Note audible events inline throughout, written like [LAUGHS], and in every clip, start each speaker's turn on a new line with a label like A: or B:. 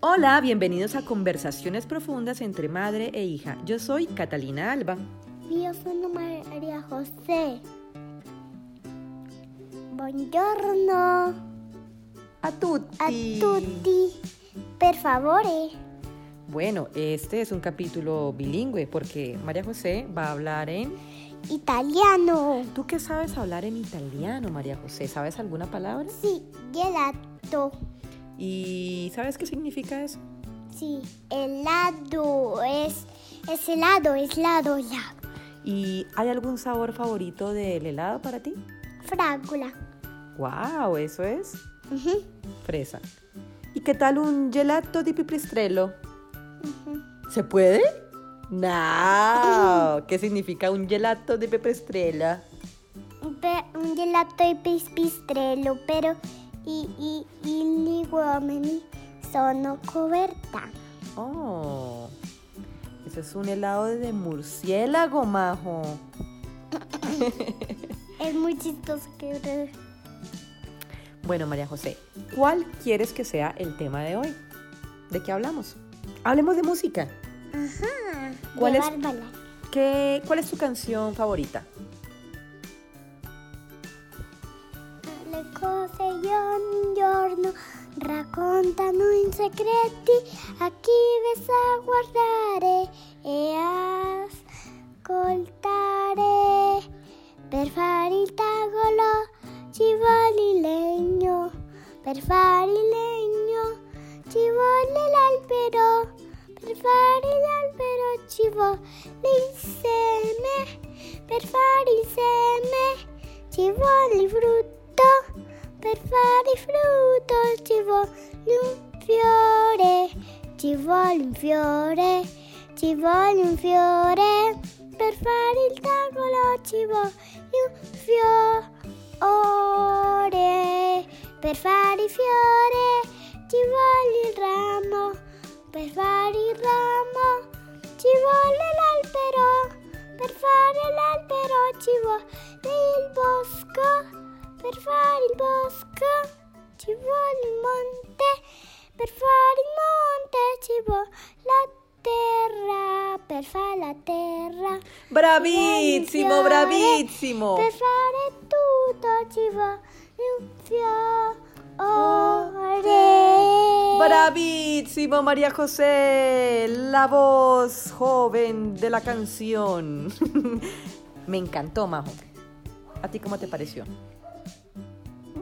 A: Hola, bienvenidos a Conversaciones Profundas entre Madre e Hija. Yo soy Catalina Alba.
B: Io sono Maria José. Buongiorno
A: A tutti.
B: a tutti. Per favore,
A: Bueno, este es un capítulo bilingüe porque María José va a hablar en...
B: italiano.
A: ¿Tú qué sabes hablar en italiano, María José? ¿Sabes alguna palabra?
B: Sì, gelato.
A: ¿Y sabes qué significa eso?
B: Sì, helado. Es, es helado, es helado, la
A: ¿Y hay algún sabor favorito del helado para ti?
B: fragola.
A: ¡Wow! Eso es
B: Mhm.
A: fresa. ¿Y qué tal un gelato di pipistrello? ¿Se puede? ¡No! ¿Qué significa un gelato di pipistrello?
B: Un pe- un gelato e pipistrello, però i, i, i- gli uomini sono coperta.
A: Oh, eso es un helado de murciélago, majo.
B: È molto chistoso che...
A: Bueno, María José, ¿cuál quieres que sea el tema de hoy? ¿De qué hablamos? Hablemos de música.
B: Ajá.
A: ¿Cuál es?
B: llevar balas.
A: ¿Qué, ¿Cuál es tu canción favorita?
B: Le cose io ogni giorno raccontano in segreti a chi vi sa guardare e ascoltare. Per fare il tavolo ci vuole il legno, per fare il legno ci vuole l'albero, per fare l'albero ci vuole il seme, per fare il seme ci vuole il frutto, per fare il frutto ci vuole un fiore, ci vuole un fiore, ci vuole un fiore, per fare il tavolo ci vuole un fiore, per fare il fiore ci vuole il ramo, per fare il ramo ci vuole l'albero, per fare l'albero ci vuole il bosco, per fare il bosco ci vuole il monte, per fare il monte ci vuole la terra, per fare la terra.
A: ¡Bravísimo,
B: Fiore.
A: bravísimo!
B: Per fare tutto ci vuole un fiore.
A: ¡Bravísimo, María José! La voz joven de la canción. [LAUGHS] Me encantó, Majo. ¿A ti cómo te pareció?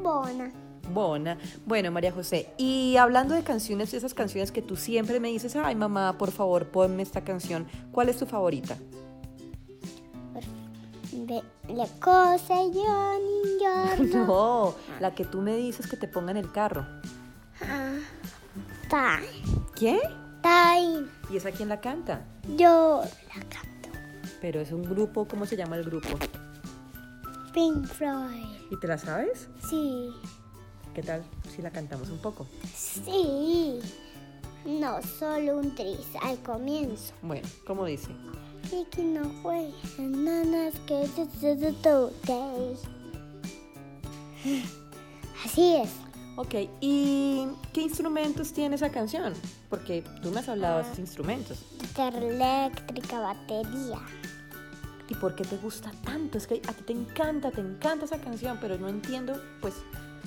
B: Buona.
A: Bona. Bueno, María José, y hablando de canciones, esas canciones que tú siempre me dices, ay mamá, por favor, ponme esta canción, ¿cuál es tu favorita?
B: Beh, le
A: [LAUGHS]
B: cose io ogni
A: [LAUGHS]
B: giorno.
A: No, la que tú me dices que te ponga en el carro.
B: Ah, dai,
A: ¿Qué?
B: dai,
A: ¿Y esa quién la canta?
B: io la canto.
A: Pero es un grupo, ¿cómo se llama el grupo?
B: Pink Floyd.
A: ¿Y te la sabes?
B: Sì,
A: ¿Qué tal si la cantamos un poco?
B: sì. No, solo un tris al comienzo.
A: Bueno, ¿cómo dice?
B: Y que no fue. Bananas que se- se- se- today. Así es.
A: Ok, ¿y qué instrumentos tiene esa canción? Porque tú me has hablado de esos instrumentos.
B: Guitarra eléctrica, batería.
A: ¿Y por qué te gusta tanto? Es que a ti te encanta, te encanta esa canción, pero no entiendo, pues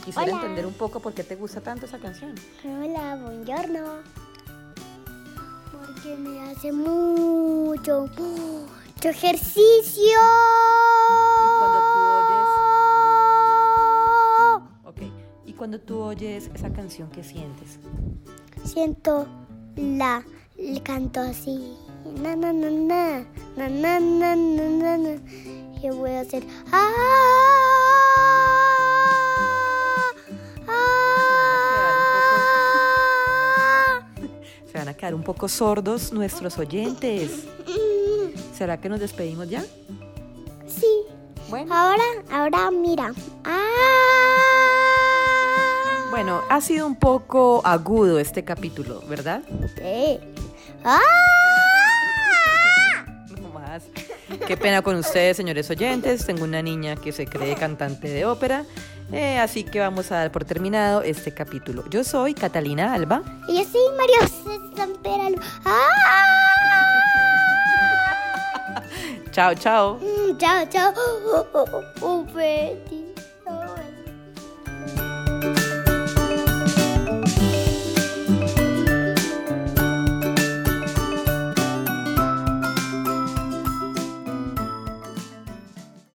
A: quisiera
B: Hola.
A: entender un poco por qué te gusta tanto esa canción.
B: Hola, buongiorno. Porque me hace mucho, mucho ejercicio.
A: cuando Ok, ¿y cuando tú oyes esa canción, qué sientes?
B: Siento la, el canto así. Na, na, na, na, na, na, na, na, na, na. Y voy a hacer. Ah, ah.
A: Se van a quedar un poco sordos nuestros oyentes. ¿Será que nos despedimos ya?
B: Sí.
A: Bueno.
B: Ahora, ahora mira. Ah.
A: Bueno, ha sido un poco agudo este capítulo, ¿verdad?
B: Sí. Ah.
A: No más. Qué pena con ustedes, señores oyentes. Tengo una niña que se cree cantante de ópera. Eh, así que vamos a dar por terminado este capítulo. Yo soy Catalina Alba.
B: Y yo soy María José Sampera Lu- ¡Ah!
A: Chao, chao.
B: Mm, Chao, chao. Oh, oh, oh, oh, Betty.